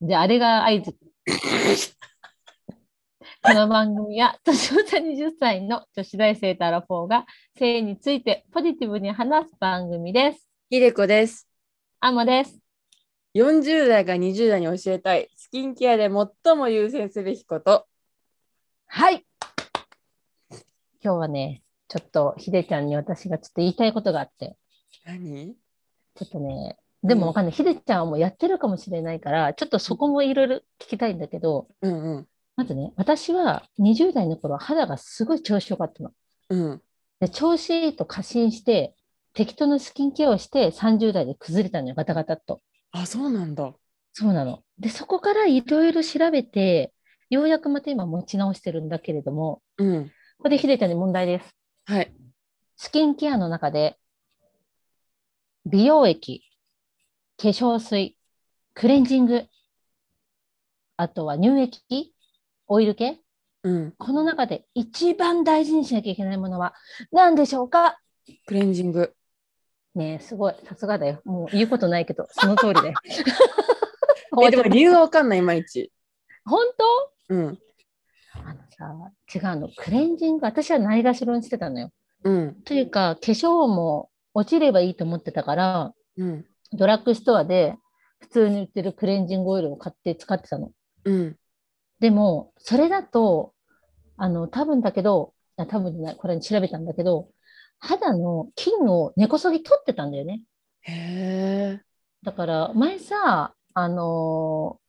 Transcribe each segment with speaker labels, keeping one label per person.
Speaker 1: じゃあ、あれが合図。この番組は、 年を差20歳の女子大生とアラフォーが性についてポジティブに話す番組です。
Speaker 2: ひでこです。
Speaker 1: アモです。
Speaker 2: 40代が20代に教えたいスキンケアで最も優先すべきこと。
Speaker 1: はい。今日はね、ちょっとひでちゃんに私がちょっと言いたいことがあって、
Speaker 2: 何
Speaker 1: ちょっとね、でもわかんない。ひでちゃんはもうやってるかもしれないから、ちょっとそこもいろいろ聞きたいんだけど、
Speaker 2: うんうん。
Speaker 1: まずね、私は20代の頃肌がすごい調子良かったの。
Speaker 2: うん。
Speaker 1: で、調子いいと過信して、適当なスキンケアをして30代で崩れたのよ、ガタガタっと。
Speaker 2: あ、そうなんだ。
Speaker 1: そうなの。で、そこからいろいろ調べて、ようやくまた今持ち直してるんだけれども、
Speaker 2: うん。
Speaker 1: ここでひでちゃんに問題です。
Speaker 2: はい。
Speaker 1: スキンケアの中で、美容液、化粧水、クレンジング、あとは乳液、オイル系、
Speaker 2: うん。
Speaker 1: この中で一番大事にしなきゃいけないものは何でしょうか
Speaker 2: クレンジング。
Speaker 1: ねえ、すごい。さすがだよ。もう言うことないけど、その通りだよ。
Speaker 2: え、でも理由がわかんない、いまいち。
Speaker 1: 本当
Speaker 2: うん。
Speaker 1: あのさ、違うの。クレンジング、私はないがしろにしてたのよ。
Speaker 2: うん。
Speaker 1: というか、化粧も落ちればいいと思ってたから、
Speaker 2: うん。
Speaker 1: ドラッグストアで普通に売ってるクレンジングオイルを買って使ってたの。
Speaker 2: うん。
Speaker 1: でも、それだと、あの、多分だけど、あ多分じゃない、これ調べたんだけど、肌の菌を根こそぎ取ってたんだよね。
Speaker 2: へえ。
Speaker 1: だから、前さ、あの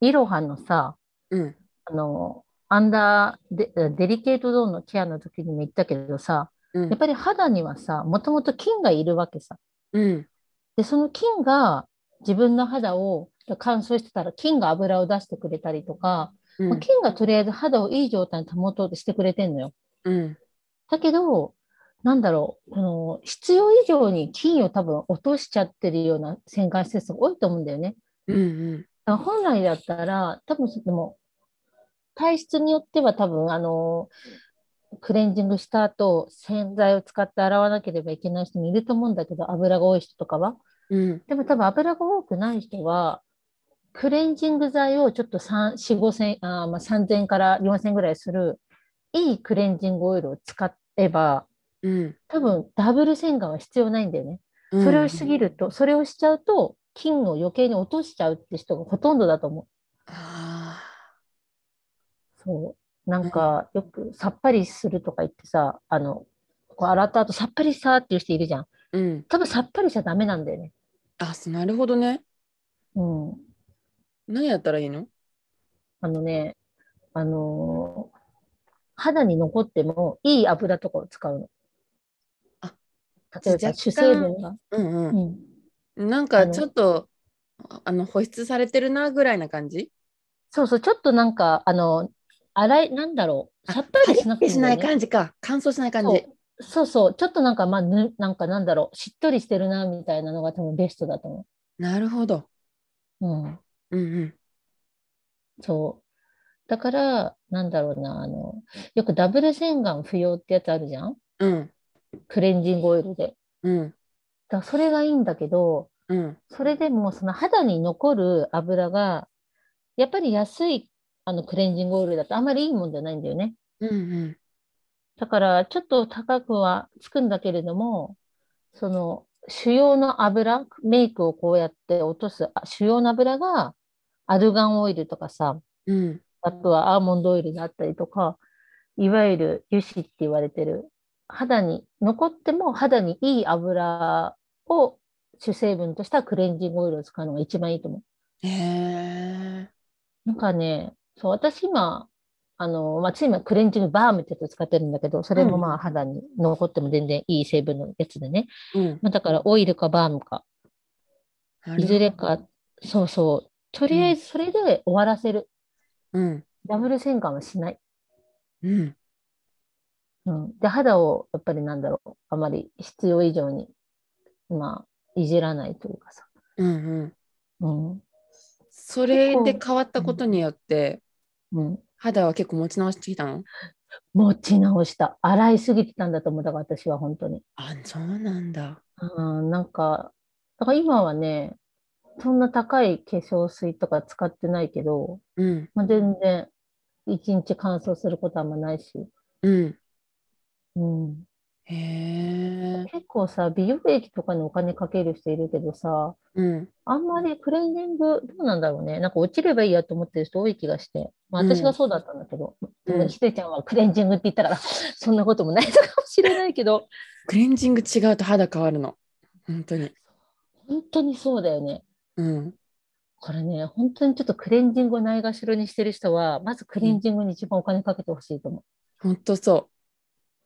Speaker 1: イロハのさ、
Speaker 2: うん。
Speaker 1: あのアンダーデ、デリケートゾーンのケアの時にも言ったけどさ、
Speaker 2: う
Speaker 1: やっ
Speaker 2: ん。
Speaker 1: ぱり肌にはさ、もともと菌がいるわけさ。
Speaker 2: うん。
Speaker 1: で、その菌が自分の肌を乾燥してたら菌が油を出してくれたりとか、
Speaker 2: う
Speaker 1: まあ
Speaker 2: ん。
Speaker 1: 菌がとりあえず肌をいい状態に保とうとしてくれてんのよ。
Speaker 2: うん。
Speaker 1: だけど、なんだろう、この必要以上に菌を多分落としちゃってるような洗顔施設が多いと思うんだよね。
Speaker 2: うん。
Speaker 1: だから本来だったら、多分でも、体質によっては多分、あの、クレンジングした後、洗剤を使って洗わなければいけない人もいると思うんだけど、油が多い人とかは。
Speaker 2: うん。
Speaker 1: でも多分油が多くない人は、クレンジング剤をちょっと3、4、5千、あーまあ3000円から4000円ぐらいする、いいクレンジングオイルを使えば、
Speaker 2: うん。
Speaker 1: 多分ダブル洗顔は必要ないんだよね。それをしすぎ
Speaker 2: る。
Speaker 1: ると、それをしちゃうと、菌を余計に落としちゃうって人がほとんどだと思う。
Speaker 2: あ
Speaker 1: そう。なんか、よくさっぱりするとか言ってさ、あの、こう洗った後さっぱりしたっていう人いるじゃん。
Speaker 2: あ。うん。
Speaker 1: 多分さっぱりしちゃダメなんだよね。
Speaker 2: あ、そうなるほどね。
Speaker 1: うん。
Speaker 2: 何やったらいいの
Speaker 1: あのね、あのー肌に残ってもいい油とかを使うの。
Speaker 2: あ
Speaker 1: 例えば
Speaker 2: じゃあ
Speaker 1: 主成分が。
Speaker 2: うんうん
Speaker 1: う。ん。
Speaker 2: なん
Speaker 1: あ
Speaker 2: か
Speaker 1: の
Speaker 2: ちょっとあの保湿されてるなぐらいな感じ
Speaker 1: そうそう、ちょっとなんか、あの、洗い、なんだろう、
Speaker 2: あ
Speaker 1: さっぱりしなくていいんだよね
Speaker 2: 感じか乾燥しない感
Speaker 1: そうそうそう、ちょっとなんか、まあ、ぬ、なんかなんだろう、しっとりしてるな、みたいなのが多分ベストだと思
Speaker 2: なるほど
Speaker 1: う。うん。
Speaker 2: うんうん
Speaker 1: そう。だから、なんだろうな、あの、よくダブル洗顔不要ってやつあるじゃん
Speaker 2: うん
Speaker 1: クレンジングオイルで。
Speaker 2: うん
Speaker 1: だからそれがいいんだけど、
Speaker 2: うん
Speaker 1: それでもその肌に残る油がやっぱり安いあのクレンジングオイルだとあんまりいいもんじゃないんだよね。
Speaker 2: うんうん
Speaker 1: だからちょっと高くはつくんだけれども、その主要の油、メイクをこうやって落とすあ主要の油がアルガンオイルとかさ、
Speaker 2: うん
Speaker 1: あとはアーモンドオイルだったりとか、いわゆる油脂って言われてる肌に残っても肌にいい油を主成分としたクレンジングオイルを使うのが一番いいと思う。
Speaker 2: へえ
Speaker 1: なんかね、そう、私今、あの、まあ、つい今クレンジングバームってやつを使ってるんだけど、それも
Speaker 2: うん
Speaker 1: まあ肌に残っても全然いい成分のやつでね。
Speaker 2: うん
Speaker 1: まあ、だからオイルかバームか、
Speaker 2: ないる
Speaker 1: ずれか、そうそう、とりあえずそれで終わらせる。
Speaker 2: うん
Speaker 1: ダブル洗顔はしない。
Speaker 2: うん
Speaker 1: うん。で、肌をやっぱりなんだろう、あまり必要以上に、まあ、いじらないというかさ。
Speaker 2: うんうん
Speaker 1: うん。
Speaker 2: それで変わったことによって
Speaker 1: うん。
Speaker 2: 肌は結構持ち直してきたの
Speaker 1: 持ち直した。洗いすぎてたんだと思う。だから私は本当に。
Speaker 2: あそうなんだ
Speaker 1: うん、なんか、だから今はね、そんな高い化粧水とか使ってないけど、
Speaker 2: うん。
Speaker 1: まあ、全然一日乾燥することあんまないし、
Speaker 2: うん。
Speaker 1: うん、
Speaker 2: へえ。
Speaker 1: 結構さ美容液とかにお金かける人いるけどさ
Speaker 2: うん。
Speaker 1: あんまりクレンジングどうなんだろうねなんか落ちればいいやと思ってる人多い気がして、まあ、
Speaker 2: うん
Speaker 1: 私がそうだったんだけど、
Speaker 2: うん
Speaker 1: ひでちゃんはクレンジングって言ったからそんなこともないのかもしれないけど
Speaker 2: クレンジング違うと肌変わるの。本当に。
Speaker 1: 本当にそうだよね
Speaker 2: うん。
Speaker 1: これね本当にちょっとクレンジングをないがしろにしてる人はまずクレンジングに一番お金かけてほしいと思う。
Speaker 2: 本当そ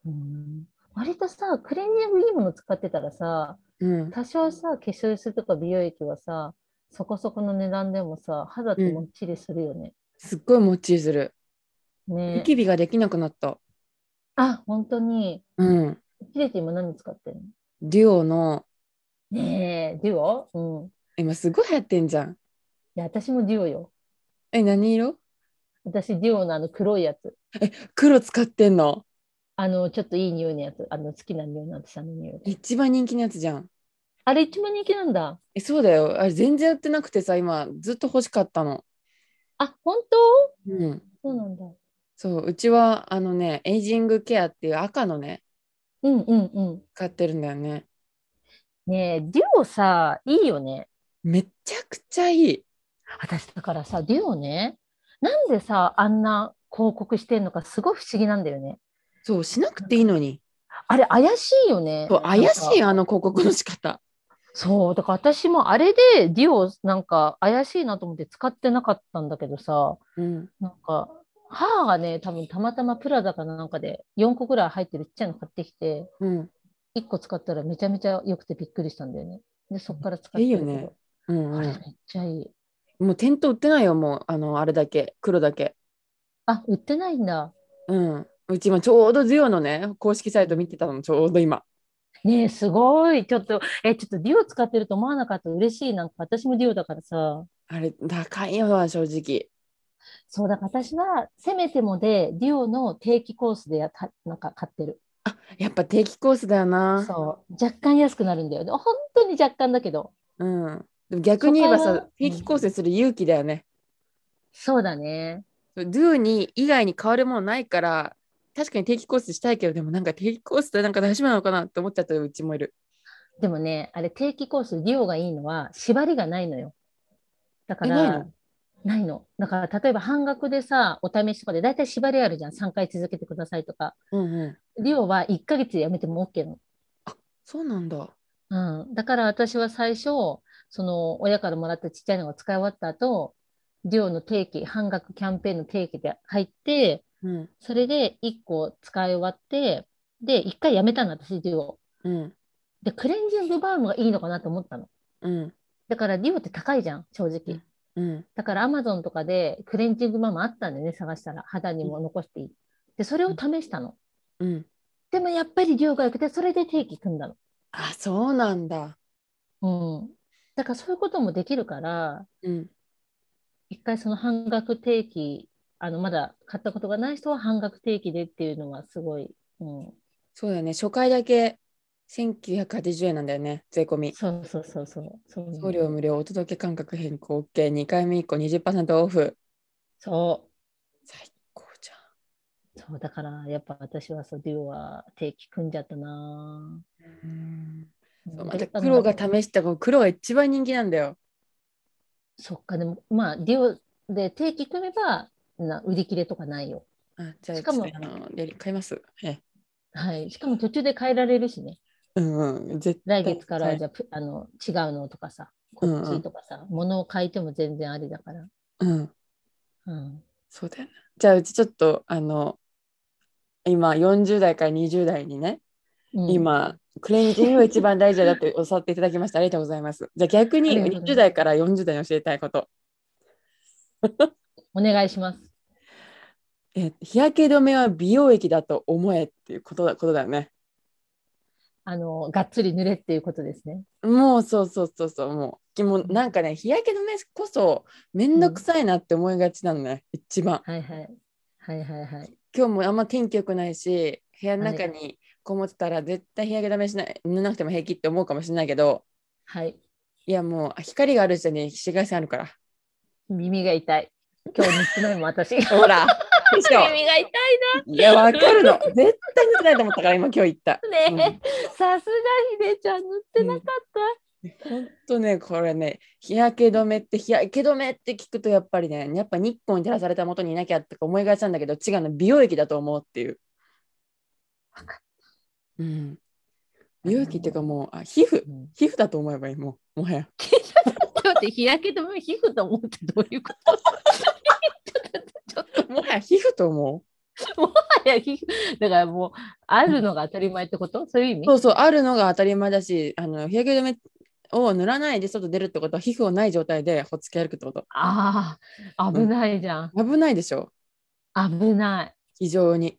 Speaker 1: うん割とさ、クレンジングいいもの使ってたらさ、
Speaker 2: う。うん。
Speaker 1: 多少さ、化粧水とか美容液はさ、そこそこの値段でもさ、肌ってもっちりするよね。
Speaker 2: すっごいもっちりする。ニ
Speaker 1: ね
Speaker 2: キビができなくなった。
Speaker 1: あ、本当に。
Speaker 2: うん。
Speaker 1: ヒデて今何使ってるの
Speaker 2: デュオの、
Speaker 1: ねえ、デュオうん。い
Speaker 2: 今すごい流行ってんじゃん。
Speaker 1: や、私もデュオよ。
Speaker 2: え、何色
Speaker 1: 私、デュオのあの黒いやつ。
Speaker 2: 黒使ってんの。
Speaker 1: あの、ちょっといい匂いのやつ。あの、好きな匂いの私、あの匂い。
Speaker 2: 一番人気のやつじゃん。
Speaker 1: あれ一番人気なんだ。
Speaker 2: え、そうだよ。あれ全然売ってなくてさ、今ずっと欲しかったの。
Speaker 1: あ、本当
Speaker 2: うん。
Speaker 1: そうなんだ。
Speaker 2: そう、うちはあのね、エイジングケアっていう赤のね、
Speaker 1: うんうんうん。
Speaker 2: 買ってるんだよね。
Speaker 1: ねえ、デュオさ、いいよね。
Speaker 2: めちゃくちゃいい。
Speaker 1: 私だからさ、デュオね、なんでさ、あんな広告してんのかすごい不思議なんだよね。
Speaker 2: そう、しなくていいのに。
Speaker 1: あれ怪しいよね。
Speaker 2: そう、怪しい
Speaker 1: い。
Speaker 2: よあの広告の仕方。
Speaker 1: そう、だから私もあれでデュオなんか怪しいなと思って使ってなかったんだけどさ、
Speaker 2: うん。
Speaker 1: なんか母がね、多分たまたまプラザかなんかで4個ぐらい入ってるちっちゃいの買ってきて、
Speaker 2: うん。
Speaker 1: 1個使ったらめちゃめちゃ良くてびっくりしたんだよね。で、そっから使って
Speaker 2: いい
Speaker 1: る
Speaker 2: よ
Speaker 1: けど
Speaker 2: ね。。うん、
Speaker 1: あ
Speaker 2: う
Speaker 1: れめっ
Speaker 2: ん。
Speaker 1: ちゃいい。
Speaker 2: もう店頭売ってないよ、もう、あの、あれだけ、黒だけ。
Speaker 1: あ、売ってないんだ。
Speaker 2: うん。うち今ちょうどデュオのね、公式サイト見てたの、ちょうど今。
Speaker 1: ねえ、すごい。ちょっと、え、ちょっとデュオ使ってると思わなかった。嬉しい。なんか私もデュオだからさ。
Speaker 2: あれ、高いよな、正直。
Speaker 1: そう、だから私は、せめてもで、デュオの定期コースでやた、なんか買ってる。
Speaker 2: あ、やっぱ定期コースだよな。
Speaker 1: そう。若干安くなるんだよね。本当に若干だけど。
Speaker 2: うん。でも逆に言えば
Speaker 1: 初回
Speaker 2: さ
Speaker 1: は、
Speaker 2: 定期構成する勇気だよね。
Speaker 1: そうだね。
Speaker 2: ドゥに以外に変わるものないから、確かに定期構成したいけど、でもなんか定期構成ってなんか大丈夫なのかなって思っちゃったうちもいる。
Speaker 1: でもね、あれ定期コース、デュオがいいのは、縛りがないのよ。だか
Speaker 2: え
Speaker 1: ら、
Speaker 2: ないの
Speaker 1: ないの。だから、例えば半額でさ、お試しとかで、だいたい縛りあるじゃん。3回続けてくださいとか。
Speaker 2: うんうん。
Speaker 1: デュオは1ヶ月でやめても OK なの。
Speaker 2: そうなんだ。
Speaker 1: うん、だから私は最初その親からもらったちっちゃいのが使い終わった後量の定期半額キャンペーンの定期で入って
Speaker 2: うん
Speaker 1: それで1個使い終わってで1回やめたの私デュオ
Speaker 2: うん
Speaker 1: でクレンジングバームがいいのかなと思ったの
Speaker 2: うん
Speaker 1: だからデュオって高いじゃん正直
Speaker 2: うん
Speaker 1: だからアマゾンとかでクレンジングバームあったんだよね探したら肌にも残していいでそれを試したの
Speaker 2: うん。
Speaker 1: でもやっぱりデュオが良くてそれで定期組んだの
Speaker 2: あ、そうなんだ。
Speaker 1: うんだからそういうこともできるから
Speaker 2: うん
Speaker 1: 一回その半額定期あのまだ買ったことがない人は半額定期でっていうのはすごい、うん、
Speaker 2: そうだよね。初回だけ1980円なんだよね。税込み。
Speaker 1: そうそうそうそうそうなの
Speaker 2: 送料無料、お届け間隔変更 OK、2回目以降20%オフ。
Speaker 1: そ
Speaker 2: 最高じ
Speaker 1: う
Speaker 2: ゃん。
Speaker 1: そうだからやっぱ私はそうデュオは定期組んじゃったな
Speaker 2: そうまた黒が試したこう黒が一番人気なんだよ。
Speaker 1: そっかでもまあデュオで定期組めばな売り切れとかないよ
Speaker 2: あじゃあ
Speaker 1: しかも
Speaker 2: ちょっとあのやり買います。え
Speaker 1: はいしかも途中で変えられるしね
Speaker 2: うんうん絶
Speaker 1: 来月からはじ
Speaker 2: ゃ
Speaker 1: ゃあぷあの違うのとかさこ
Speaker 2: うんうん
Speaker 1: っちとかさ、物を変えても全然ありだから、
Speaker 2: うん
Speaker 1: うん、
Speaker 2: そうだよね。じゃあうちちょっとあの今40代から20代にね、
Speaker 1: うん
Speaker 2: 今クレンジングが一番大事だっておっしゃっていただきましたありがとうございます。じゃあ逆に
Speaker 1: ありがとうございます
Speaker 2: 20代から40代に教えたいこと、
Speaker 1: お願いします
Speaker 2: え日焼け止めは美容液だと思えっていうことだことだよね。
Speaker 1: あの、がっつり濡れっていうことですね。
Speaker 2: もうそうそうそうそうもうでもなんかね日焼け止めこそめんどくさいなって思いがちなのね、一番。
Speaker 1: はいはい。はいはいはい。
Speaker 2: 今日もあんま天気良くないし部屋の
Speaker 1: はい
Speaker 2: 中にこもってたら絶対日焼け止めしない塗らなくても平気って思うかもしれないけど
Speaker 1: はい。
Speaker 2: いやもう光がある時点で紫外線あるから
Speaker 1: 耳が痛い。今日日ないもん私。 耳
Speaker 2: ほらでし ょ
Speaker 1: が痛
Speaker 2: いやわかるの絶対塗ってないと思ったから今今日言った
Speaker 1: いね。さすがひでちゃん塗ってなかった。
Speaker 2: 本当ねこれね日焼け止めって日焼け止めって聞くとやっぱりねやっぱ日光に照らされた元にいなきゃとか思いがちなんだけど違うの美容液だと思うっていう。うん、美容液っていうかもうあ皮膚
Speaker 1: うん
Speaker 2: 皮膚だと思えばいいもうもはや
Speaker 1: ちょっと待って日焼け止め皮膚と思ってどういうことちょっと待ってちょっとも
Speaker 2: もはや皮膚と思
Speaker 1: はや皮膚だからもうあるのが当たり前ってことそういう意
Speaker 2: う
Speaker 1: 味
Speaker 2: そうそうあるのが当たり前だしあの日焼け止めを塗らないで外出るってことは皮膚をない状態でほっつき歩くってこと
Speaker 1: ああ危ないじゃん、
Speaker 2: 危ないでしょ
Speaker 1: 危ない
Speaker 2: 非常に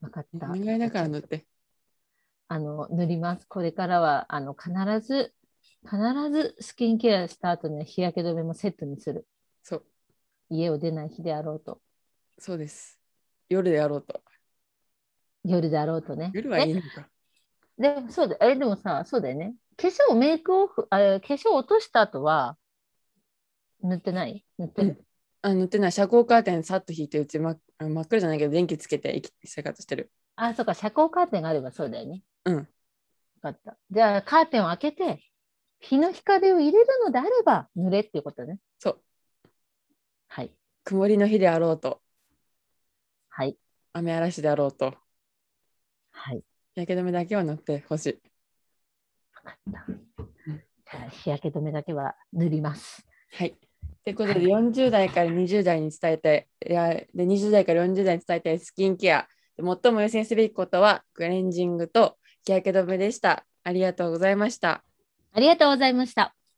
Speaker 1: 分かっ
Speaker 2: お
Speaker 1: た
Speaker 2: 願いだから塗って
Speaker 1: あの塗りますこれからはあの必ず必ずスキンケアした後には日焼け止めもセットにする
Speaker 2: そう
Speaker 1: 家を出ない日であろうと
Speaker 2: そうです夜でやろうと
Speaker 1: 夜であろうとね
Speaker 2: 夜はいいのか
Speaker 1: えでもそうだえでもさそうだよね化粧メイクオフあ化粧落とした後は塗ってない塗ってる、
Speaker 2: うんあ塗ってない遮光カーテンさっと引いてうち真っ真っ暗じゃないけど電気つけて生き生活してる
Speaker 1: あ、そうか、遮光カーテンがあればそうだよね。
Speaker 2: うん
Speaker 1: 分かった。じゃあ、カーテンを開けて、日の光を入れるのであれば、濡れっていうことね。
Speaker 2: そう
Speaker 1: はい。
Speaker 2: 曇りの日であろうと
Speaker 1: はい。
Speaker 2: 雨嵐であろうと
Speaker 1: はい。
Speaker 2: やけ止めだけは塗ってほしい
Speaker 1: じゃあ日焼け止めだけは塗ります。
Speaker 2: はいということで40代から20代に伝えていやで20代から40代に伝えたいスキンケアで最も優先すべきことはクレンジングと日焼け止めでしたありがとうございました
Speaker 1: ありがとうございました。